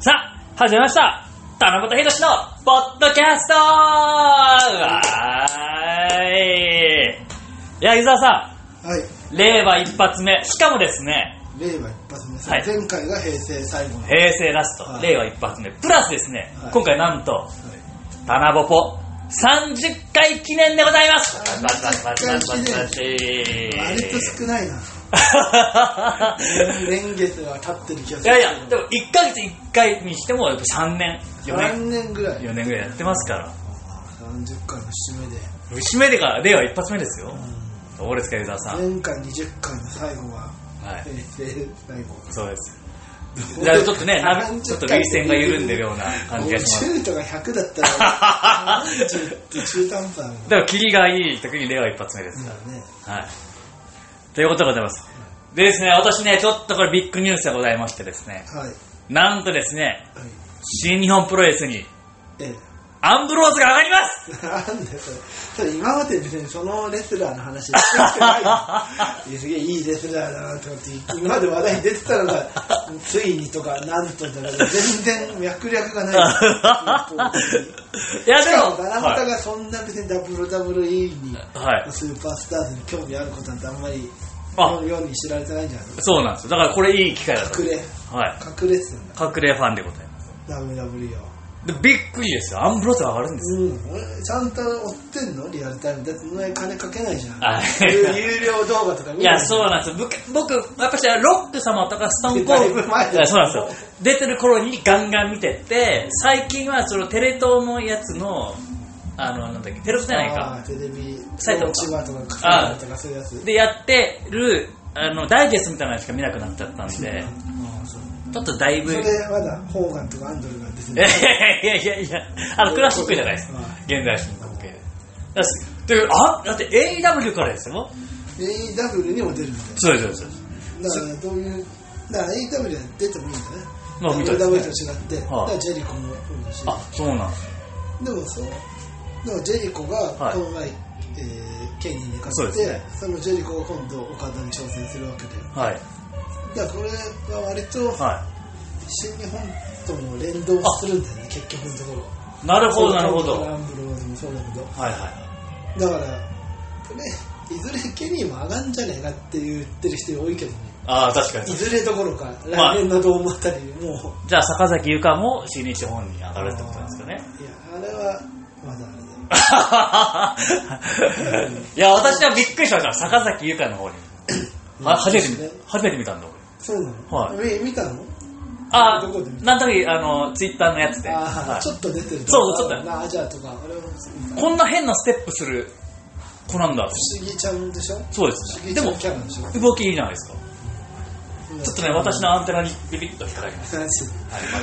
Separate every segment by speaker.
Speaker 1: さあ、始めました七夕ひろしのポッドキャストはーいいや、伊沢さ
Speaker 2: はい、
Speaker 1: ん、令和一発目、しかもですね、
Speaker 2: 令和一発目です、
Speaker 1: はい
Speaker 2: 前回が平成最後の、はい、
Speaker 1: 平成ラスト、
Speaker 2: はい
Speaker 1: 令和一発目、プラスですね、
Speaker 2: はい
Speaker 1: 今回なんと、タナボポ30回記念でございます
Speaker 2: 30
Speaker 1: バチバチバチバチバチバチ
Speaker 2: 割と少ないな年月が経ってる気が
Speaker 1: い
Speaker 2: する
Speaker 1: やいや、でも1ヶ月1回にしてもやっぱ3年、4年、
Speaker 2: 3年ぐらい
Speaker 1: 4年ぐらいやってますから。
Speaker 2: 30回の節目で、
Speaker 1: 節目でから令和一発目ですよ。どうですか、ユーザーさん。は。
Speaker 2: 前回20回の最後はい平成最後
Speaker 1: そうです。じゃあちょっとね、なちょっと涙腺が緩んでるような感じがします。
Speaker 2: 50とか100 だったら70って中途半端なの
Speaker 1: だから、キリがいい時に令和一発目ですか
Speaker 2: だね
Speaker 1: ら。はい。ということでございます。でですね、私ね、ちょっとこれビッグニュースがございましてですね、
Speaker 2: はい、はい、
Speaker 1: なんとですね、新日本プロレスに
Speaker 2: ええ
Speaker 1: アンブローズが上がります
Speaker 2: なんでそれそれ今まで別にそのレスラーの話してき てないよいやすげえいいレスラーだなと思って今まで話題に出てたのがついにとかなんととか全然脈略がない
Speaker 1: いや、
Speaker 2: し
Speaker 1: で
Speaker 2: か
Speaker 1: も、
Speaker 2: も七夕
Speaker 1: はい
Speaker 2: がそんな別に WWE に
Speaker 1: はい。
Speaker 2: スーパースターズに興味あることなんてあんまり
Speaker 1: あ
Speaker 2: このように知られてないんじゃないの
Speaker 1: そうなんですよ。だからこれいい機会だと
Speaker 2: 隠。れ
Speaker 1: はい。
Speaker 2: 隠れてたんだ
Speaker 1: 隠れファンでございます。
Speaker 2: WWE を
Speaker 1: で、びっくりですよ。アンブローズが上がるんですよ。
Speaker 2: うん、ちゃんと追ってんのリアルタイムだってそんなに金かけないじゃん
Speaker 1: あ
Speaker 2: 有有料動画とか見
Speaker 1: いや、そうなんですよ。僕、僕やっぱしロック様とかストーンコ
Speaker 2: だい
Speaker 1: ー
Speaker 2: ぶ
Speaker 1: ル
Speaker 2: 前
Speaker 1: いやそうなんですよ。出てる頃にガンガン見てって、最近はそのテレ東のやつの、あの、なんだっけ、テレ東じゃない
Speaker 2: あー
Speaker 1: か。
Speaker 2: テレビ
Speaker 1: サイトとか
Speaker 2: 千葉とか笠原とかそういうやつ
Speaker 1: で、やってる、あの、ダイジェストみたいなのしか見なくなっちゃったんで、
Speaker 2: あーそう
Speaker 1: ちょっとだいぶ、
Speaker 2: そ
Speaker 1: い
Speaker 2: れまだホーガンとかアンドルが出て
Speaker 1: や
Speaker 2: る
Speaker 1: いやいやいや、あの、クラシックじゃないです
Speaker 2: はい。
Speaker 1: 現在進行形で。だしというあだって AEW からですよ。
Speaker 2: AEW にも出るみたい
Speaker 1: そうです、そうです。
Speaker 2: なだからどういうだから AEW は出てもいいんだね
Speaker 1: まあみたいです
Speaker 2: WWE
Speaker 1: ね
Speaker 2: と違って、
Speaker 1: はい
Speaker 2: だからジェリコもそうだし
Speaker 1: あ、そうなんです。
Speaker 2: でもそうでもジェリコ
Speaker 1: は
Speaker 2: が
Speaker 1: い
Speaker 2: この前、えーケニーに
Speaker 1: そう
Speaker 2: 勝
Speaker 1: で
Speaker 2: っ
Speaker 1: す
Speaker 2: て
Speaker 1: ね
Speaker 2: そ,、のジェリコが今度岡田に挑戦するわけで
Speaker 1: はい。
Speaker 2: だからこれは割と
Speaker 1: は
Speaker 2: 新日本とも連動するんだよね結局のところ
Speaker 1: い。なるほど、なるほど。
Speaker 2: ランブルーズもそうだけど
Speaker 1: はいは
Speaker 2: だからこれいずれケニーも上がんじゃねえかって言ってる人多いけどね
Speaker 1: い。ああ、確かに
Speaker 2: い。ずれどころか来
Speaker 1: まあ
Speaker 2: 年のドームあたりにもう
Speaker 1: じゃあ、坂崎由香も新日本に上がるってことなんですかね。
Speaker 2: いやあれはまだあれだよ
Speaker 1: いや、私はびっくりしました。坂崎由香の方に。あ初めて見
Speaker 2: ね
Speaker 1: た。初めて見たんだ、俺。
Speaker 2: そうなの、
Speaker 1: は
Speaker 2: み見たの
Speaker 1: ああ
Speaker 2: どこで見、た
Speaker 1: なんとなく、あの、ツイッターのやつで。
Speaker 2: あー
Speaker 1: はい
Speaker 2: ちょっと出てる
Speaker 1: そうちょっと
Speaker 2: なアジアとかあれは不
Speaker 1: こんな変なステップする子なんだ。
Speaker 2: 思議ちゃんでしょ
Speaker 1: そうで
Speaker 2: 不
Speaker 1: す
Speaker 2: 思
Speaker 1: ね。
Speaker 2: 議
Speaker 1: で
Speaker 2: ちゃ
Speaker 1: も
Speaker 2: ん、キャラでしょ
Speaker 1: 動きいいじゃないですか。ちょっとね、私
Speaker 2: の
Speaker 1: のアンテナにビビッと引っかかりました。はい、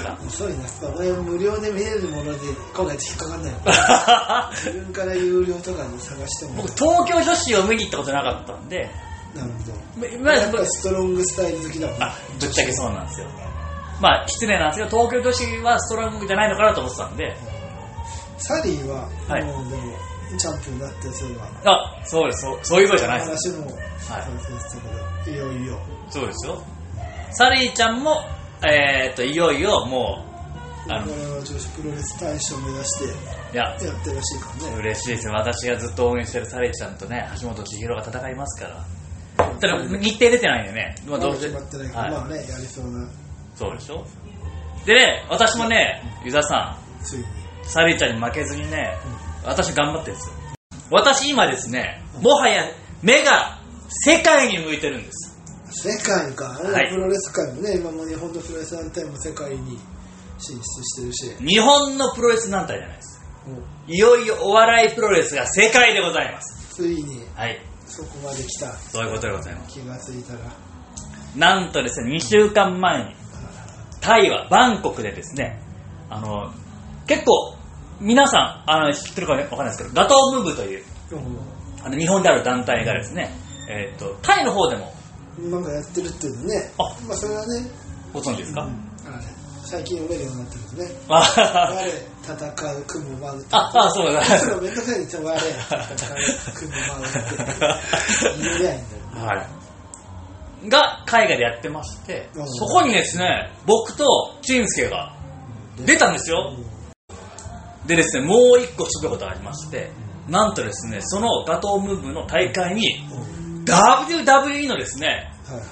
Speaker 1: また。
Speaker 2: 遅いなそれ無料で見れるもので今回引っかかんないよ 自分から有料とかで探しても
Speaker 1: 僕、東京女子を見に行ったことなかったんで、
Speaker 2: なるほど
Speaker 1: ま
Speaker 2: や
Speaker 1: あ
Speaker 2: っぱりストロングスタイル好きだもんね
Speaker 1: あぶっちゃけそうなんですよまあ失礼なんですけど東京女子はストロングじゃないのかなと思ってたんで
Speaker 2: サリーは、
Speaker 1: はい
Speaker 2: もうでもチャンピオンになってそういえば
Speaker 1: あそうですそうそういうことじゃないです
Speaker 2: 話もそうですけどいよいよ
Speaker 1: そうですよサリーちゃんもえー、っといよいよもう
Speaker 2: これ
Speaker 1: あ
Speaker 2: は
Speaker 1: の
Speaker 2: 女子プロレス大賞を目指して
Speaker 1: いや
Speaker 2: やってるらしいからね
Speaker 1: 嬉しいですね私がずっと応援してるサリーちゃんとね橋本千尋が戦いますからただ日程出てないんでね、ま
Speaker 2: ま
Speaker 1: あ、
Speaker 2: だ
Speaker 1: どうせ
Speaker 2: 決まってないけど、
Speaker 1: はい
Speaker 2: まあねやりそうな
Speaker 1: そうでしょでね私もね湯沢さ
Speaker 2: ついに
Speaker 1: んサリーちゃんに負けずにね私頑張ってるんですよ私今ですねもはや目が世界に向いてるんです
Speaker 2: 世界か、
Speaker 1: はい
Speaker 2: プロレス界もね今も日本のプロレス団体も世界に進出してるし
Speaker 1: 日本のプロレス団体じゃないです
Speaker 2: もう
Speaker 1: いよいよお笑いプロレスが世界でございます
Speaker 2: ついに
Speaker 1: はい
Speaker 2: そこまで来た
Speaker 1: そういうことでございます
Speaker 2: 気がついたら
Speaker 1: なんとですね2週間前にタイはバンコクでですねあの結構皆さんあの知ってるかわかんないですけどガトームーブという
Speaker 2: う
Speaker 1: あの日本である団体がですね、えー、とタイの方でも
Speaker 2: んなんかやってるっていうのね
Speaker 1: あ
Speaker 2: まあそれはね、
Speaker 1: ご存知ですか、
Speaker 2: うんあれ最近読めるようになってるんでね
Speaker 1: あ
Speaker 2: 我戦う組む番
Speaker 1: ああそうだ
Speaker 2: それめんどくさいんですよ我戦う組む番って言えりゃいいんだよ
Speaker 1: はい、が海外でやってまして、
Speaker 2: うん
Speaker 1: そこにですね僕と俊介が出たんですよ。でですね、もう一個すごいことがありまして、なんとですね、そのガトームーブの大会に、
Speaker 2: うん
Speaker 1: WWE のですね、
Speaker 2: はいは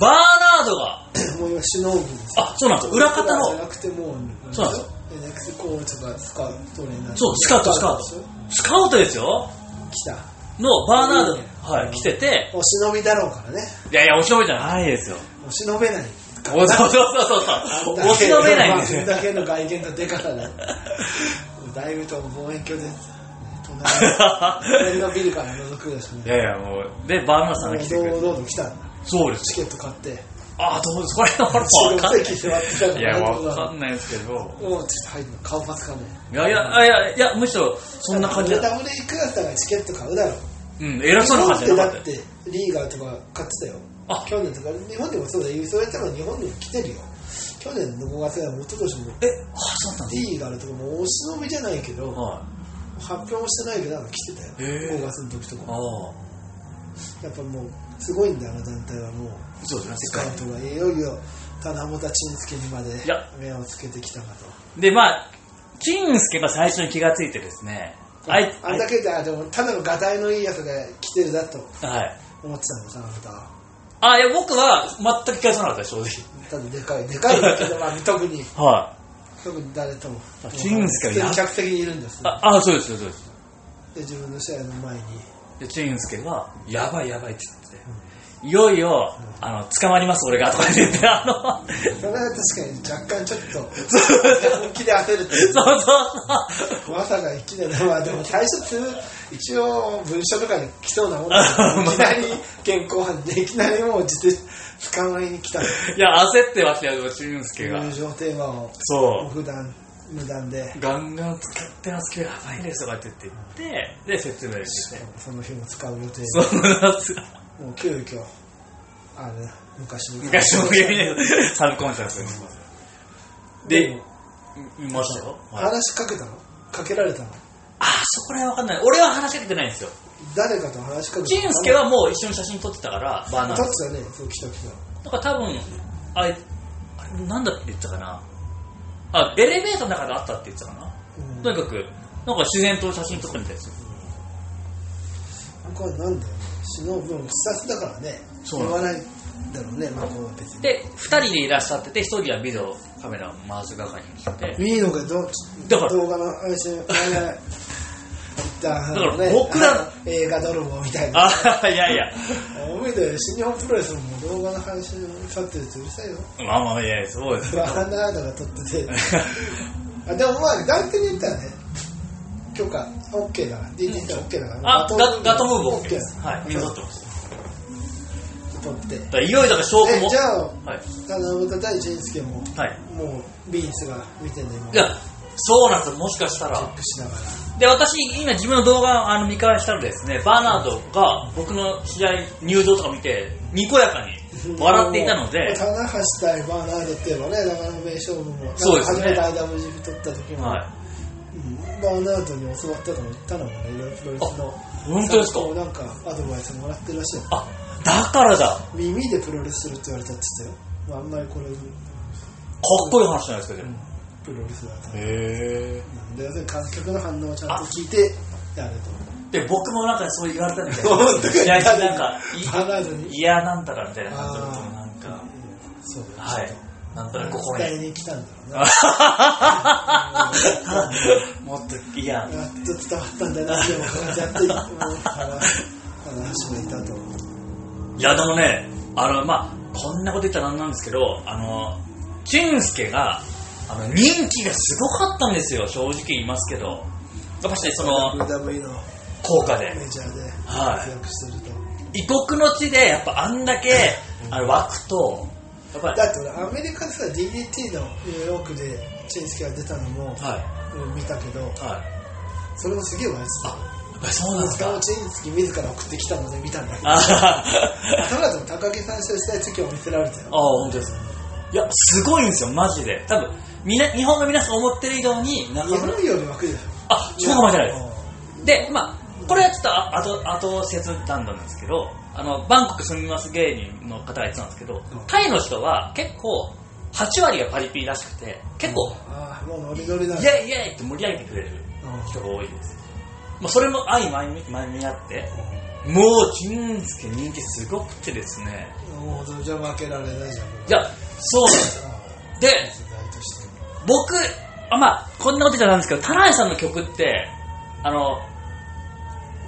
Speaker 1: バーナードが、
Speaker 2: い、もう今しのぐんです
Speaker 1: あ、そうなんですよ、裏方
Speaker 2: じゃ
Speaker 1: の、
Speaker 2: なくてもう
Speaker 1: そうなんですよ
Speaker 2: エネクスコーチとかスカートになって
Speaker 1: そう、スカウト、スカウト、スカウトですよ、
Speaker 2: 来た
Speaker 1: のバーナード
Speaker 2: いいね
Speaker 1: が、はい、来てて、
Speaker 2: お忍びだろうからね
Speaker 1: いやいや、お忍びじゃないですよ。
Speaker 2: お忍べない
Speaker 1: おそうそうそうそう、お忍べないんです
Speaker 2: よ
Speaker 1: よ。
Speaker 2: だけの外見のでかさだだいぶと望遠鏡で隣のビルから覗くです
Speaker 1: い
Speaker 2: ね
Speaker 1: やいや、もう、で、バーナードさんが来てくれ
Speaker 2: ど
Speaker 1: て、
Speaker 2: うどう来たんだ
Speaker 1: そうです
Speaker 2: チケット買って
Speaker 1: ああ、どうですこれは俺もわかんない。
Speaker 2: 後ろ席座ってたから
Speaker 1: いや、わかんないですけど。
Speaker 2: もうちょっと入るの顔パスかね
Speaker 1: いやいや、いや、いや、むしろ、そんな感じ
Speaker 2: だ
Speaker 1: だ。
Speaker 2: WWE クラスだからチケット買うだろ
Speaker 1: うん、偉そうな感じじゃなか
Speaker 2: 日
Speaker 1: っ
Speaker 2: 本った
Speaker 1: よ。
Speaker 2: てだってリーガーとか買ってたよ
Speaker 1: あ
Speaker 2: 去年とか日本でもそうだよそうやったら日本にも来てるよ去年の5月だも一昨年も
Speaker 1: え、あ、そうだったんです
Speaker 2: リーガーとかもお忍びじゃないけど
Speaker 1: かはい。
Speaker 2: 発表もしてないけどなんか来てたよ
Speaker 1: へー
Speaker 2: 5月の時とか
Speaker 1: ああ、
Speaker 2: やっぱもうすごいんだよあの団体はもう
Speaker 1: そうですね、
Speaker 2: ス
Speaker 1: 世
Speaker 2: カ
Speaker 1: 界
Speaker 2: ウトがいよいよ金本陳介にまで
Speaker 1: いや
Speaker 2: 目をつけてきたかと
Speaker 1: で、まあ、金助が最初に気がついてですね、あい、
Speaker 2: あんだけであでもただのがたいのいいやつが来てるだと
Speaker 1: はい。
Speaker 2: 思ってたのさあなたは
Speaker 1: あ、いや、僕は全く気がつかなかったです、正
Speaker 2: ただでかいでかいだけ ど、まあ、特に
Speaker 1: 直。は
Speaker 2: 特に誰とも
Speaker 1: あ陳介が
Speaker 2: 普通に客席にいるんです
Speaker 1: い。あ、あそうです、そうです。
Speaker 2: で自分の試合の 前に
Speaker 1: で、金助が、やばいやばいって言って、いよいよ、あの、捕まります、俺が、とか言って、 あの、
Speaker 2: それは確かに若干ちょっと
Speaker 1: そう
Speaker 2: 本気で焦るっ て
Speaker 1: そうそう
Speaker 2: まさかいきなり、まあでも最初つ、一応文書とかに来そうなもんだ
Speaker 1: あ
Speaker 2: けどいきなり現行犯で、いきなりもう自転捕まえに来 た。
Speaker 1: そう。いや、焦ってましたよ、俊介が
Speaker 2: 友。情テーマを、
Speaker 1: そ
Speaker 2: 普段、無断で、
Speaker 1: う。ガンガン使ってますけど、やばいですとかって言って言って、で、説明して。
Speaker 2: その日も使う予定
Speaker 1: そうなんですよ。
Speaker 2: もう急遽、あれ、昔の。
Speaker 1: 昔もゲ ームサブコンシャスに。
Speaker 2: で
Speaker 1: で、いましたよ。あ、
Speaker 2: 話しかけたのかけられたの
Speaker 1: そこら辺わかんない。俺は話しかけてないんですよ。
Speaker 2: 誰かと話しかけた
Speaker 1: 俊
Speaker 2: の
Speaker 1: 介はもう一緒に写真撮ってたから、バーナー
Speaker 2: 撮っ
Speaker 1: ド。
Speaker 2: てたね、そう来た来た。
Speaker 1: だから多分、あれ、あれなんだって言ってたかな。あ、エレベーターの中であったって言ってたかな。
Speaker 2: うん
Speaker 1: とにかく、なんか自然と写真撮ったみたいですよ。
Speaker 2: これなんだよね、死のう分、自殺だからね、
Speaker 1: そう
Speaker 2: 言わないだろうね、まあこう別に。
Speaker 1: で、二人でいらっしゃってて、一人はビデオカメラを回す係にしてて。
Speaker 2: いいのかど
Speaker 1: だから
Speaker 2: 動画の配信前々だ
Speaker 1: だから僕ら
Speaker 2: あの映画泥棒みたいな
Speaker 1: あ、いやいや。
Speaker 2: おめで新日本プロレスも動画の配信撮ってるとうるさいよ
Speaker 1: まあまあ、いやいや、そうですよ。
Speaker 2: バカなーとか撮って てあでもまあ団体に言ったらね許可 OK だから DT さん OK だから
Speaker 1: あ、ガガトムーブ OK
Speaker 2: だ
Speaker 1: です。はい、みんな撮ってます。
Speaker 2: 撮って
Speaker 1: だからいよいよだから証拠
Speaker 2: え
Speaker 1: も。
Speaker 2: じゃあ
Speaker 1: はい。
Speaker 2: あのまた第一之輔も
Speaker 1: はい。
Speaker 2: もうビーツが見てんだ今
Speaker 1: いや、そうなんですよ、もしかした
Speaker 2: チェッ
Speaker 1: ら。
Speaker 2: クしながら
Speaker 1: で、私、今自分の動画をあの見返したらですね、バーナードが僕の試合入場とか見て、にこやかに笑っていたので、
Speaker 2: 棚橋対バーナードって言えばね、なかなか名勝負も、
Speaker 1: そうですね
Speaker 2: 初めて IWGP 取った時も、
Speaker 1: は
Speaker 2: うんバーナードに教わったとも言ったのもね、いろいろプロレスの、
Speaker 1: い。本当ですか
Speaker 2: 参考なんかアドバイスもらってるらしいよ。
Speaker 1: あ、だからだ。かっ
Speaker 2: 耳でプロレスするって言われたって言ってたよ。まあ、あんまりこれ、
Speaker 1: こいい話じゃないですか、でも。
Speaker 2: プロレスだと。
Speaker 1: へ
Speaker 2: なんで、要するに観客の反応をちゃんと聞いてやると。
Speaker 1: で、僕もなんかそう言われたみ たい
Speaker 2: 本当
Speaker 1: な。
Speaker 2: か
Speaker 1: 試合中なんか、
Speaker 2: バーナードに、
Speaker 1: いいや、なんだかみたいな感じで、僕もなんか、
Speaker 2: そうだよ、
Speaker 1: はい。なんとなくここ
Speaker 2: 伝え
Speaker 1: に。
Speaker 2: に来たんだろうな。
Speaker 1: もっと、いや、
Speaker 2: やっと伝わったんだな、でも、やっと、もう、棚橋がいたと。
Speaker 1: いやでもねあのまあこんなこと言ったらなんなんですけどあの俊介があの人気がすごかったんですよ正直言いますけどやっぱしねその
Speaker 2: WWE の
Speaker 1: 効果で
Speaker 2: メジャーで
Speaker 1: はい
Speaker 2: 活躍してると、
Speaker 1: 異国の地でやっぱあんだけあの枠とやっぱり
Speaker 2: だって俺アメリカでさ DDT のニューヨークでチェンスケが出たのも、
Speaker 1: は
Speaker 2: うん見たけど
Speaker 1: いはい
Speaker 2: それもすげえ笑ってた
Speaker 1: あやっぱりそうなんです
Speaker 2: しかも
Speaker 1: か
Speaker 2: チェンスケ自ら送ってきたので見たんだけど
Speaker 1: ああ
Speaker 2: 田村とも高木さんとしたい時を見せられたよ
Speaker 1: あ本当ですいやすごいんですよマジで多分みな日本の皆さん思ってる以上に中
Speaker 2: 日
Speaker 1: 村
Speaker 2: 本より枠でしょ
Speaker 1: あそうかもしれないです
Speaker 2: う
Speaker 1: で、まあ、これはちょっとあ後後説なんですけど、あの、バンコク住みます芸人の方が言ってたんですけど、タイの人は結構、 8割がパリピらしくて、結構、
Speaker 2: ああもうノリノリだ
Speaker 1: イエイイエイって盛り上げてくれる
Speaker 2: うん
Speaker 1: 人が多いです。まあ、それも相まみまみあって、もう、金助人気すごくてですね。
Speaker 2: もうじゃあ負けられないじゃん
Speaker 1: いや、そうなんですよ。で、
Speaker 2: 世代としても
Speaker 1: 僕、あまあ、こんなこと言っちゃなんですけど、田内さんの曲って、あの、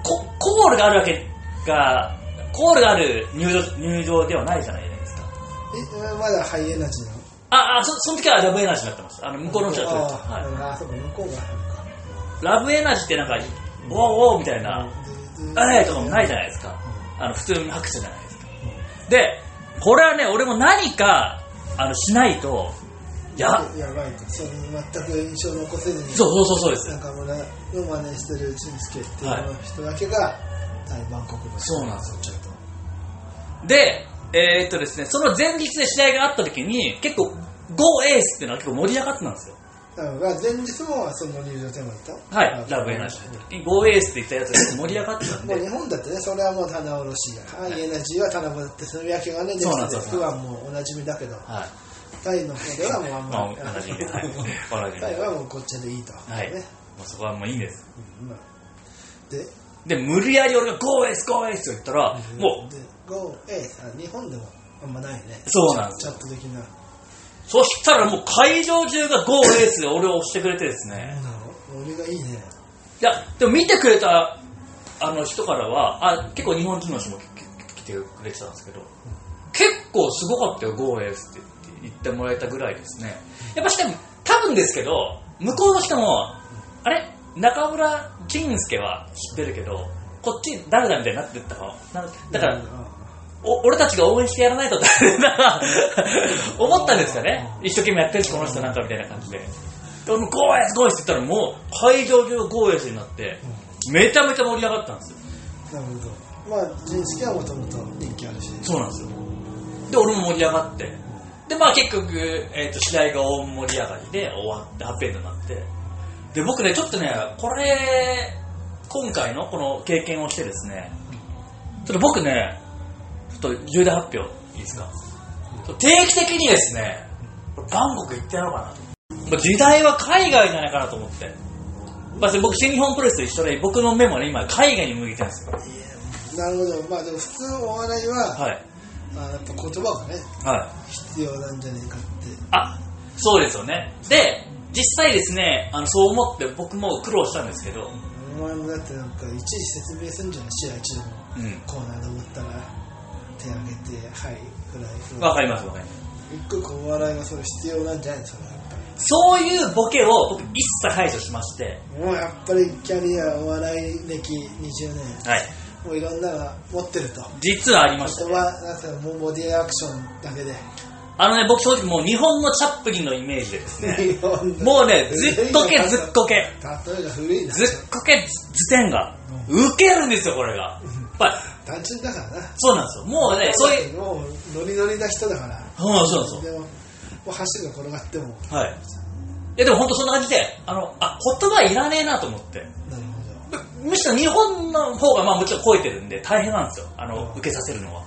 Speaker 1: ココールがあるわけが、コールがある入場入場ではないじゃないですか。
Speaker 2: えまだハイエナジーなの
Speaker 1: ああ、そその時はラブエナジーになってます。あの向こうの人はそうです
Speaker 2: ああ、
Speaker 1: は
Speaker 2: ああそうか向こうがあるか
Speaker 1: い。ラブエナジーってなんか、おーおーみたいな、あれとかもないじゃないですか。あの普通に拍手じゃないですか。で、これはね、俺も何かあのしないと、や、
Speaker 2: やばいかそれに全く印象残せずに
Speaker 1: そうそうそうそうです。
Speaker 2: 中村の真似してる俊介って
Speaker 1: はい
Speaker 2: いう人だけが、はい、バンコクの
Speaker 1: そうなんですよ
Speaker 2: ちょっと
Speaker 1: で、えーっとですね、その前日で試合があった時に、結構、ゴーエースっていうのは結構盛り上がってたんですよ。
Speaker 2: だから前日もその入場テーマだった
Speaker 1: はい、ラブエナジーの時に、ゴーエースって言ったやつが結構盛り上がってたん
Speaker 2: もう日
Speaker 1: で、
Speaker 2: 本だってねそれはもう棚卸しだから、
Speaker 1: はい
Speaker 2: ハイエナジーは棚卸ってその焼きがね
Speaker 1: そうなんですよ
Speaker 2: できててはもうおなじみだけど
Speaker 1: はい。
Speaker 2: タイの方ではもうあん
Speaker 1: まあ、
Speaker 2: ま
Speaker 1: お
Speaker 2: り
Speaker 1: なじみで、はい。おなじみ
Speaker 2: タイ
Speaker 1: で。
Speaker 2: はもうこっちでいいと、
Speaker 1: はい。も
Speaker 2: ね
Speaker 1: うそこはもういいんです。
Speaker 2: うんまあで
Speaker 1: で、無理やり俺がゴーエース、ゴーエースって言ったら、もう、
Speaker 2: で GO えあ日本でもあんまないね
Speaker 1: そうなんです
Speaker 2: チャ
Speaker 1: よ
Speaker 2: ッ。ト的な
Speaker 1: そしたらもう会場中がゴーエースで俺を押してくれてですね。
Speaker 2: なの俺がいいね
Speaker 1: いや、でも見てくれたあの人からは、あ結構日本人の人もきき来てくれてたんですけど、結構すごかったよ、ゴーエースって言ってもらえたぐらいですね。やっぱしかも、多分ですけど、向こうの人も、あれ中村仁介は知ってるけど、こっち誰だみたいになってったかなだか
Speaker 2: う
Speaker 1: ら
Speaker 2: ん、
Speaker 1: お俺たちが応援してやらないとって 思ったんですかね
Speaker 2: う
Speaker 1: 一生懸命やってるしこの人なんかみたいな感じでで俺もゴーエスゴーエスって言ったらもう会場中がゴーエスになってめちゃめちゃ盛り上がったんですよ
Speaker 2: なるほどまあ人識はもともと人気あるし
Speaker 1: そうなんですよで俺も盛り上がってでまあ結局、えー、と試合が大盛り上がりで終わってハッピーエンドになってで僕ねちょっとねこれ今回のこの経験をしてですねちょっと僕ねちょっと重大発表いいですか定期的にですねバンコク行ってやろうかなとまあ時代は海外じゃないかなと思って、まあ、それ僕新日本プロレスと一緒で僕の目もね今海外に向いてるんですよ
Speaker 2: なるほどまあでも普通のお笑いは、
Speaker 1: はい
Speaker 2: まあ、やっぱ言葉がね
Speaker 1: はい
Speaker 2: 必要なんじゃねえかって
Speaker 1: あそうですよねで実際ですねあのそう思って僕も苦労したんですけど、
Speaker 2: お前もだってなんか一時説明するんじゃない試合中の
Speaker 1: うん、
Speaker 2: コーナーで思ったら手挙げてはいフライフラ
Speaker 1: わかりますわかります
Speaker 2: イ一個一個お笑いがそれ必要なんじゃないそれはやっぱ
Speaker 1: そういうボケを僕一切排除しまして
Speaker 2: りもうやっぱりキャリアお笑い歴20年
Speaker 1: はい
Speaker 2: もういろんなの持ってると
Speaker 1: 実はありました
Speaker 2: 言
Speaker 1: ね
Speaker 2: 葉なんかもうボディアクションだけで、
Speaker 1: あのね僕正直もう日本のチャップリンのイメージでですね
Speaker 2: いろんな
Speaker 1: もうねずっこけずっこけ
Speaker 2: 例えが古いな
Speaker 1: ずっこけ図点がウケるんですよこれがやっぱり
Speaker 2: 単純だからな
Speaker 1: そうなんですよもうねそういう
Speaker 2: もうノリノリな人だから
Speaker 1: うんそうそう
Speaker 2: でももう箸が転がっても
Speaker 1: はいいやでも本当そんな感じであのあ言葉いらねえなと思って
Speaker 2: なる
Speaker 1: むしろ日本の方がまあもちろん超えてるんで大変なんですよあの、
Speaker 2: うん
Speaker 1: 受けさせるのは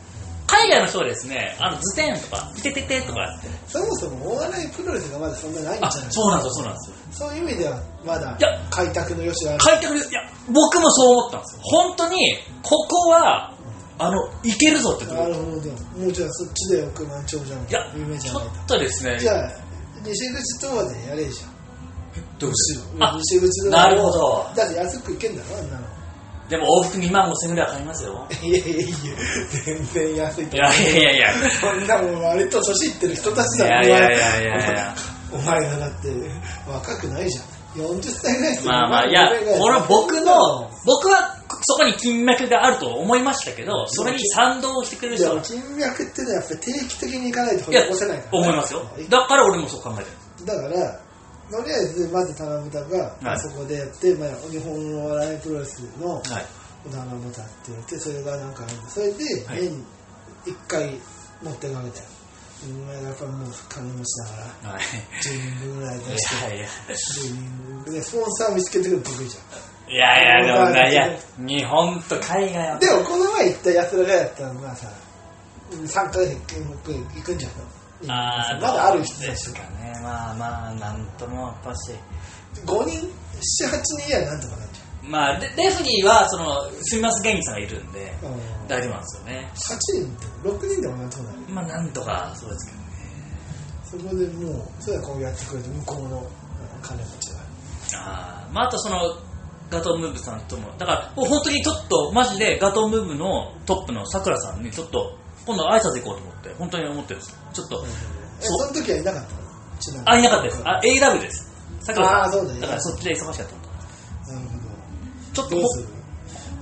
Speaker 1: 海外の人はですねあの図典とか「いててて」とか
Speaker 2: ほどそもそもお笑いプロレスがまだそんなないんじ
Speaker 1: あ
Speaker 2: ゃない
Speaker 1: そうなんですよそうなんですよ
Speaker 2: そういう意味ではまだ
Speaker 1: いや
Speaker 2: 開拓の余地はある
Speaker 1: 開拓ですいや僕もそう思ったんですよ本当にここはあのいけるぞってとこ
Speaker 2: なる
Speaker 1: い
Speaker 2: ほどもうじゃあそっちで億万長者の
Speaker 1: や
Speaker 2: 夢じゃ
Speaker 1: ちょ
Speaker 2: な
Speaker 1: っ
Speaker 2: い
Speaker 1: とですね
Speaker 2: とじゃあ西口とまでやれじゃん
Speaker 1: どうしようあ
Speaker 2: 西口の
Speaker 1: なるほど
Speaker 2: だって安く行けんだろあんなの
Speaker 1: でも往復2万5千ぐらいかかりますよ
Speaker 2: いやいやいや全然安い
Speaker 1: い
Speaker 2: と思う
Speaker 1: やいやいやいや
Speaker 2: そんなもん割と年いってる人たちだ
Speaker 1: いやいやいやいやいや
Speaker 2: お前お前らだって若くないじゃん40歳ぐらいですよ
Speaker 1: まあまあい や
Speaker 2: お前
Speaker 1: 俺
Speaker 2: ら
Speaker 1: 僕の僕はそこに金脈があると思いましたけどそれに賛同してくれる
Speaker 2: い
Speaker 1: 人は
Speaker 2: や金脈ってのはやっぱり定期的に行かないと掘
Speaker 1: い
Speaker 2: り
Speaker 1: や
Speaker 2: 起こせないから、
Speaker 1: 思いますよだから俺もそう考えてる
Speaker 2: だからとりあえずまず棚ぶたが、
Speaker 1: はい
Speaker 2: そこでやって、まあ、日本のお笑いプロレスの
Speaker 1: はい
Speaker 2: 棚ぶたって言ってそれがなんかあるんだそれで
Speaker 1: はい
Speaker 2: 年1回持ってかれてお前らやっぱもう金持ちだから
Speaker 1: はい
Speaker 2: 10人分ぐらい出して
Speaker 1: いやいや
Speaker 2: でスポンサー見つけてくるの得意じ
Speaker 1: いやいやでもないや日本と海外
Speaker 2: ゃ
Speaker 1: は
Speaker 2: んでもこの前行ったやつらがやったのがさ3ヶ月行く行くんじゃん
Speaker 1: あー
Speaker 2: まだある人
Speaker 1: どうですかねまあまあなんともやっぱし
Speaker 2: 5人78人以外なんとかなっちゃ
Speaker 1: まあレレフリーはそのすみます芸人さんがいるんで
Speaker 2: う、うん、8
Speaker 1: 大丈夫なんですよね
Speaker 2: 人でも6人でもなんとかなる
Speaker 1: まあなんとかそうですけどね
Speaker 2: そこでもうそれはこうやってくれて向こうのあの金持ちが
Speaker 1: あーまああとそのガトームーブさんともだからもう本当にちょっとマジでガトームーブのトップのさくらさんにちょっと今度挨拶行こうと思って本当に思ってるんですよちょっと
Speaker 2: えその時はいなかったのちみに
Speaker 1: あいなかったですあ A ラブですさくらさん
Speaker 2: あーそうだね
Speaker 1: からそっちで忙しかったんだ
Speaker 2: なるほ
Speaker 1: ちょっと
Speaker 2: どど
Speaker 1: ほ
Speaker 2: うする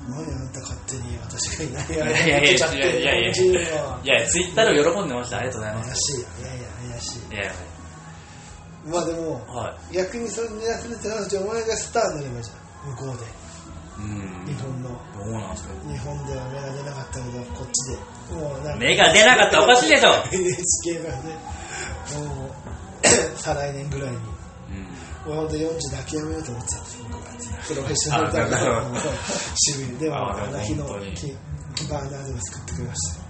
Speaker 2: 何あなた勝手に私がいない
Speaker 1: いやい
Speaker 2: や
Speaker 1: やいやいやい
Speaker 2: ちゃって
Speaker 1: やいやいや
Speaker 2: 日本人はい
Speaker 1: やツイッターでも喜んでましたありがとうございま
Speaker 2: 怪
Speaker 1: す
Speaker 2: しいよいやいや怪しい
Speaker 1: いやいや
Speaker 2: まあでも
Speaker 1: は
Speaker 2: 逆にそれ狙ってるって話お前がスターになればいいじゃん向こうで
Speaker 1: いうん
Speaker 2: 日本の
Speaker 1: どうなんですか
Speaker 2: 日本では目が出なかったけどこっちでもうなんか
Speaker 1: 目が出なかったらおかしい でしょ
Speaker 2: NHK がねもう 再来年ぐらいに俺ほんと40で諦めようと思ってたんです僕はプロフェッショナルだか
Speaker 1: あなる
Speaker 2: ら
Speaker 1: ほ
Speaker 2: も
Speaker 1: ど
Speaker 2: う渋いでも
Speaker 1: あ
Speaker 2: あの日の
Speaker 1: 本当に
Speaker 2: きバーナーでも作ってくれました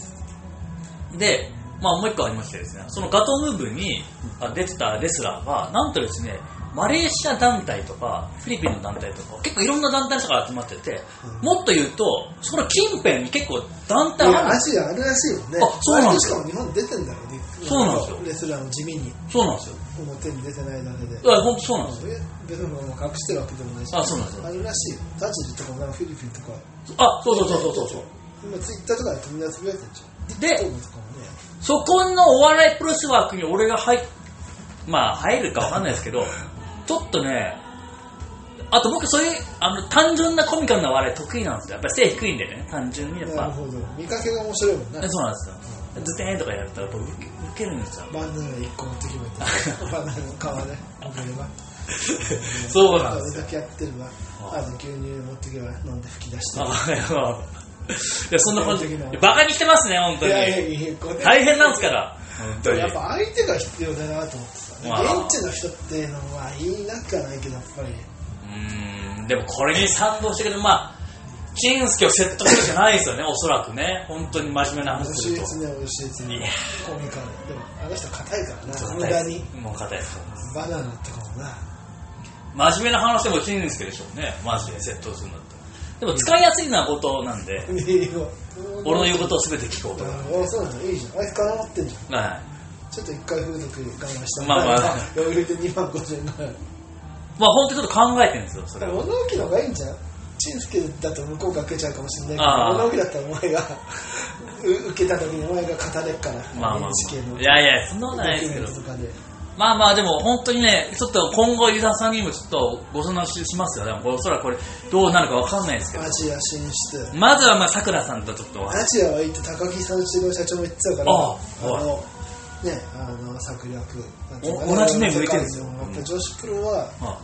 Speaker 1: うんでまあもう一個ありましてですねそのガトムーブにあ出てたレスラーがなんとですねマレーシア団体とかフィリピンの団体とか結構いろんな団体の人が集まってて
Speaker 2: うん
Speaker 1: もっと言うとそこの近辺に結構団体
Speaker 2: い
Speaker 1: あるん
Speaker 2: や
Speaker 1: で
Speaker 2: ア
Speaker 1: す
Speaker 2: ジアあるらしいもんね
Speaker 1: あそうなんですよ
Speaker 2: 割としかも日本出てんだよね
Speaker 1: そうなんですよ
Speaker 2: レスラーの地味に
Speaker 1: そうなんですよ
Speaker 2: 表に出てないだけで
Speaker 1: いや本当そうなんですよ
Speaker 2: え別にもう隠してるわけでもないし
Speaker 1: あそうなんですよ
Speaker 2: あるらしいよダチリとかなんかフィリピンとか
Speaker 1: あそうそうそうそうそう
Speaker 2: 今ツイッターとかでみんなつぶやいてるじゃん
Speaker 1: で
Speaker 2: TikTok とかもね
Speaker 1: そこのお笑いプロレス枠に俺が入っまあ入るかわかんないですけどちょっとねあと僕そういうあの単純なコミカルな笑い得意なんですよやっぱり背低いんでね単純にやっ
Speaker 2: なる
Speaker 1: ぱ
Speaker 2: ほど見かけが面白いもんね
Speaker 1: そうなんですよズテーンとかやるとやっぱウケウケるん ですよ
Speaker 2: バナナ1個持ってきてバナナの皮ね送れば
Speaker 1: そうなんです
Speaker 2: それだけやってれば
Speaker 1: い
Speaker 2: あと牛乳持ってけば飲んで吹き出して
Speaker 1: あのいやそんな感じバカにしてますね本当
Speaker 2: い
Speaker 1: に
Speaker 2: やいやいやこれ
Speaker 1: 大変なんですから本当に
Speaker 2: やっぱ相手が必要だなと思ってさ、
Speaker 1: まあ
Speaker 2: 現地の人っていうのはいいなくはないけどやっぱり
Speaker 1: うーんでもこれに賛同してくれるまあ金助を説得するしかないですよねおそらくね本当に真面目な話す
Speaker 2: 教
Speaker 1: る
Speaker 2: え
Speaker 1: と
Speaker 2: つね教えつね
Speaker 1: いや
Speaker 2: コミカルでもあの人硬いからな
Speaker 1: 硬
Speaker 2: 無
Speaker 1: いで
Speaker 2: 駄
Speaker 1: す
Speaker 2: に
Speaker 1: もう硬いです
Speaker 2: バナナとか もな
Speaker 1: 真面目な話でも金助でしょうねマジで説得するんだったらでも使いやすいのはことなんで
Speaker 2: 俺
Speaker 1: 俺の言うことを全て聞こうと
Speaker 2: あそうなんだいいじゃんあいつ金持ってんじゃん
Speaker 1: はい
Speaker 2: ちょっと一回風俗我慢した
Speaker 1: まあまあ
Speaker 2: 余裕で2万5千円ぐらい
Speaker 1: まあ本当にちょっと考えてるんですよそれを
Speaker 2: 物置の方がいいんじゃんチンスケだと向こうが受けちゃうかもしれないけ
Speaker 1: ああ
Speaker 2: ど物置だったらお前がう受けた時にお前が語れっから
Speaker 1: まあまあま
Speaker 2: NHK の
Speaker 1: あいやいやそんなことないですけど
Speaker 2: ドキュメントとかで
Speaker 1: まあまあでも本当にねちょっと今後ユダさんにもちょっとご相談ししますよでもおそらくこれどうなるかわかんないですけど
Speaker 2: アジア進出
Speaker 1: まずはまあさくらさんとちょっとお話
Speaker 2: アジアは行って高木さんちの社長も言ってたから
Speaker 1: ああ
Speaker 2: のねあの策略
Speaker 1: お同じ面向いてるんですよ
Speaker 2: やっぱ女子プロは
Speaker 1: は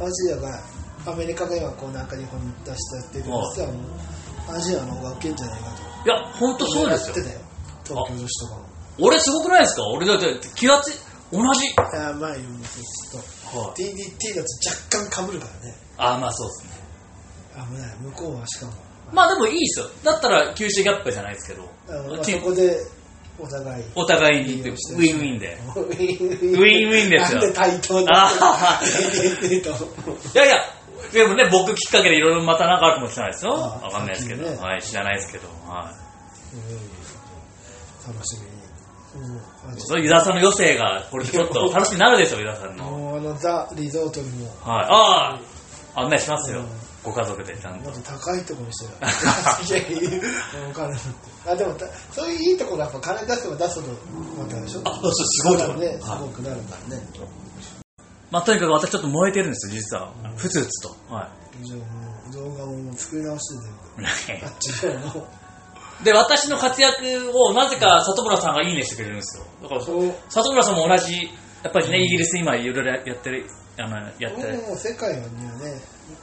Speaker 2: アジアがアメリカが今こうなんか日本に出してやってるけど
Speaker 1: はい
Speaker 2: 実はもうアジアの方が受けんじゃないかと
Speaker 1: いいや本当そうですよ
Speaker 2: やってたよ東京女子とかも
Speaker 1: 俺すごくないですか俺だって気圧同じ
Speaker 2: いやまあ言うんですけど
Speaker 1: は
Speaker 2: DDT だと若干被るからね
Speaker 1: ああまあそうですね
Speaker 2: 危ない向こうはしかも
Speaker 1: まあでもいいですよだったら九州ギャップじゃないですけど
Speaker 2: あのまあ
Speaker 1: チ
Speaker 2: そ
Speaker 1: ーム
Speaker 2: こでお互い
Speaker 1: お互いにってウィンウィン で
Speaker 2: ウィンウ
Speaker 1: ウィンウィンですよ
Speaker 2: なんで対等
Speaker 1: あは
Speaker 2: な
Speaker 1: は
Speaker 2: DDT と
Speaker 1: いやいやでもね僕きっかけでいろいろまたなんかあるかもしれないですよ
Speaker 2: ああ
Speaker 1: わかんないですけど、
Speaker 2: さっきね
Speaker 1: はい知らないですけどはい
Speaker 2: うん楽しみに、うんあ
Speaker 1: それ湯田さんの余生がこれでちょっと楽しみになるでしょ湯田さんのはい
Speaker 2: もうあのザ・リゾートにも
Speaker 1: ああ案内しますよ
Speaker 2: うん
Speaker 1: ご家族でちゃんと
Speaker 2: もっと高いところにし てるいやいやお金持ってあでもたそういういいところはやっぱ金出せば出すほどまたでしょ
Speaker 1: あそうすごいところ
Speaker 2: ねす
Speaker 1: はい
Speaker 2: ごくなるからね
Speaker 1: まあとにかく私ちょっと燃えてるんですよ実はふつふつとはい
Speaker 2: じゃあもう動画ももう作り直して全部あっちの方の
Speaker 1: で、私の活躍をなぜか里村さんがいいねしてくれるんですよ。だからそ
Speaker 2: お
Speaker 1: 里村さんも同じ、やっぱりね、イギリス今いろいろやってる、あの、やってる。
Speaker 2: もう世界にはね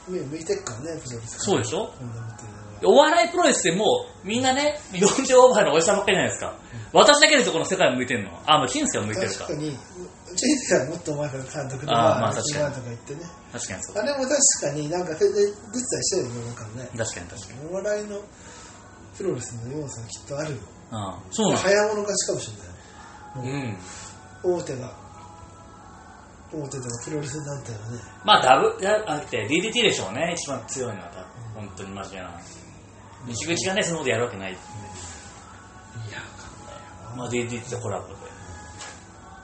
Speaker 2: 目向いてっからねプロレス
Speaker 1: そうでしょ
Speaker 2: こんなこと言うのは
Speaker 1: お笑いプロレスでもうみんなね、40オーバーのおじさんばっかりじゃないですか。私だけでそこの世界向いてんの。あ、まあ、金助が向いてるか。
Speaker 2: 確
Speaker 1: 確
Speaker 2: かに人生はもっと前から単独で
Speaker 1: あーまあ
Speaker 2: まあ
Speaker 1: 確かに
Speaker 2: 今とか言ってね
Speaker 1: かにそう。
Speaker 2: あれも確かになんか全然物体してるよねなんかね
Speaker 1: 確かに確かに。
Speaker 2: お笑いのプロレスの要素はきっとあるよ
Speaker 1: うん、そうなの
Speaker 2: 早物勝ちかもしれないも
Speaker 1: う。
Speaker 2: うん大手が大手とかプロレス団体はね
Speaker 1: まあ、ダブ、じゃなくて DDT でしょうね、一番強いのは多分、本当に真面目な話。西口がね、そのことやるわけない。
Speaker 2: いや
Speaker 1: まあ、DDT とコラボで。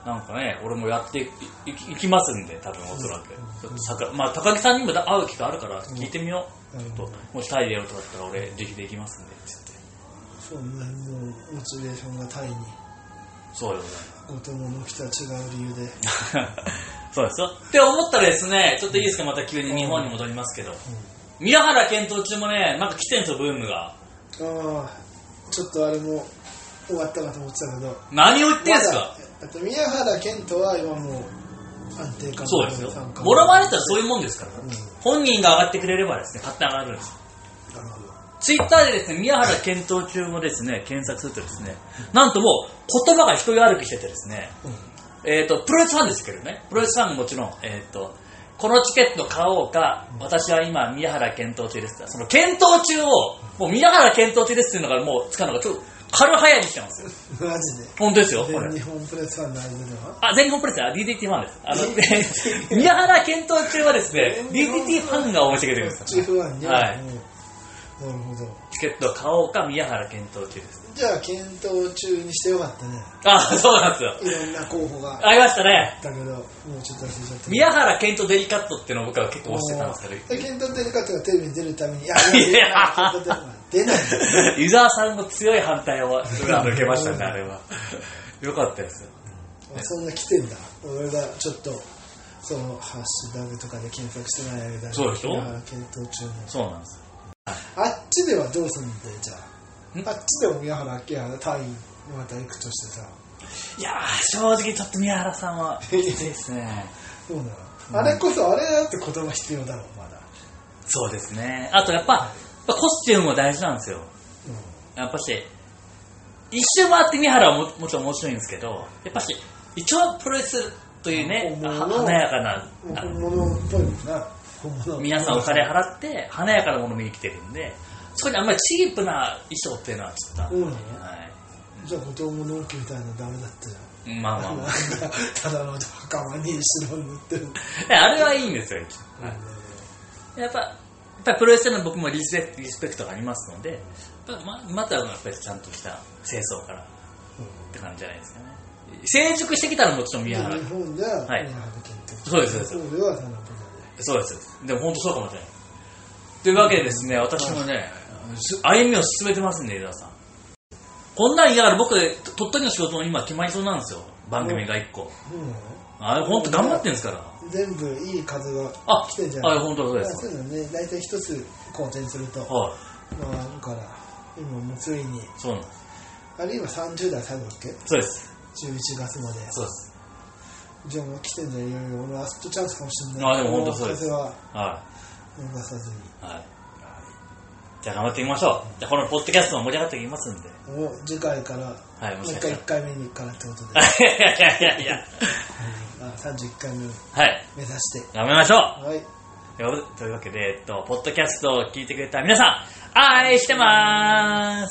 Speaker 1: なんかね、俺もやっていいいきますんで、多分おそらく。ちょっとさかまあ、高木さんにもだ会う機会あるから、聞いてみよう。
Speaker 2: うん
Speaker 1: ちょっと、もしタイでやるとかだったら、俺、ぜひできますんで、つって。
Speaker 2: そうねもうモチベーションがタイに
Speaker 1: そうよね。
Speaker 2: 後藤の来た違う理由で
Speaker 1: そうですよ。って思ったらですね、ちょっといいですか、また急に日本に戻りますけど。宮原検討中もね、なんか来てんとブームが。
Speaker 2: ああちょっとあれも終わったかと思ってたけど
Speaker 1: 何を言ってんすか、
Speaker 2: まだあと宮原健人は今もう安定感
Speaker 1: そうですよ
Speaker 2: 参。加
Speaker 1: ボラバレたらそういうもんですから。
Speaker 2: うん
Speaker 1: 本人が上がってくれればですね、勝手に上がるんです。
Speaker 2: なるほど
Speaker 1: ツイッターでですね、宮原検討中もですね、検索するとですね、なんともう言葉が一人歩きしててですね、
Speaker 2: う
Speaker 1: えっ、と、プロレスファンですけどね、プロレスファンももちろん、えっ、と、このチケット買おうか、私は今、宮原検討中ですってその検討中を、もう宮原検討中ですっていうのがもう、つかのがちょっと軽はやにしてますよ。
Speaker 2: んマジで
Speaker 1: 本当ですよ、こ
Speaker 2: で
Speaker 1: れ
Speaker 2: 日。本プレスファンの間では
Speaker 1: あ、全日本プロレスだ、DDT ファンです。あの、 で宮原検討中はですね、
Speaker 2: 全日
Speaker 1: DDT ファンが応募してくれてるんです
Speaker 2: チー
Speaker 1: よ。
Speaker 2: フワンに
Speaker 1: はい
Speaker 2: もうなるほど
Speaker 1: チケット買おうか、宮原検討中です。
Speaker 2: じゃあ検討中にしてよかったね
Speaker 1: あ、そうなんですよ。
Speaker 2: いろんな候補があっ
Speaker 1: ありましたね。
Speaker 2: たけどもうちょっと忘れちゃった
Speaker 1: 宮原検討デリカットっていうのを僕は結構推してたんですけど、
Speaker 2: で検討デリカットがテレビに出るため にいや
Speaker 1: いや
Speaker 2: 検討デリカット出な い
Speaker 1: 湯沢さんの強い反対をあの受けましたね、あれは。 よかったですよ。
Speaker 2: そんな来てんだ俺がちょっとそのハッシュタグとかで検索してない間に
Speaker 1: そうでしょ
Speaker 2: いや検討中の
Speaker 1: そうなんです。
Speaker 2: あっちではどうすんだよじゃ
Speaker 1: ん
Speaker 2: ああっちでも宮原明原隊員また行くとしてさ
Speaker 1: いやー、正直ちょっと宮原さんは、きついですね。
Speaker 2: どうなのあれこそあれだって言葉必要だろまだ
Speaker 1: そうですね。あとやっぱ、やっぱコスチュームも大事なんですよ。
Speaker 2: う
Speaker 1: やっぱし、一周回って宮原はももちろん面白いんですけど、やっぱし、一応プロレスというね、
Speaker 2: うん
Speaker 1: は華やかな、
Speaker 2: んも
Speaker 1: あの
Speaker 2: う本物っぽいもんな本物
Speaker 1: 皆さんお金払って華やかなもの見に来てるんでそこにあんまりチープな衣装っていうのはちょっとあんまり、
Speaker 2: うん
Speaker 1: は
Speaker 2: じゃあ後藤物置みたいなのダメだったじゃん
Speaker 1: い、まあまあ、
Speaker 2: なん
Speaker 1: ま
Speaker 2: かただの袴に白塗ってる
Speaker 1: あ、あれはいいんですよ、一応はいやっぱやっぱりプロレスラーの僕もリスペリスペクトがありますのでやっぱままたはやっぱりちゃんとした清掃からっ
Speaker 2: うん
Speaker 1: て感じじゃないですかね成熟してきたらもちろん
Speaker 2: で
Speaker 1: 宮原
Speaker 2: 日本では宮
Speaker 1: はい
Speaker 2: 原健人
Speaker 1: そうですそうです
Speaker 2: 神戸は田中だね
Speaker 1: そうですでも本当そうかもしれないというわけでですね私もねす歩みを進めてますんで江田さんこんなん言いながら僕鳥取の仕事も今決まりそうなんですよ番組が1個
Speaker 2: そうなの
Speaker 1: あれ本当頑張ってるんですから
Speaker 2: 全部いい数が
Speaker 1: あ
Speaker 2: 来てんじゃない
Speaker 1: あ本当そうです
Speaker 2: まあそういうのね大体一つ好転すると
Speaker 1: はい
Speaker 2: 回るから今もうついに
Speaker 1: そうなんです
Speaker 2: あれ今30代最後だっけ
Speaker 1: そうです
Speaker 2: 11月まで
Speaker 1: そうです
Speaker 2: じゃあもう来てんじゃんいろいろ俺ラストチャンスかもしれない
Speaker 1: あでも本当そうです
Speaker 2: 風は
Speaker 1: はい
Speaker 2: 逃さずに
Speaker 1: はい。じゃあ頑張っていきましょう。じゃあこのポッドキャストも盛り上がっていきますんで。
Speaker 2: もう次回からも
Speaker 1: はい、も
Speaker 2: う
Speaker 1: し
Speaker 2: 一
Speaker 1: かした
Speaker 2: 回
Speaker 1: ら。
Speaker 2: 1回目にからってことで
Speaker 1: いやいやいやいや。
Speaker 2: あ31回目を
Speaker 1: はい。
Speaker 2: 目指して
Speaker 1: 頑張りましょ
Speaker 2: はいう
Speaker 1: よというわけで、えっと、ポッドキャストを聞いてくれた皆さん、愛してまーす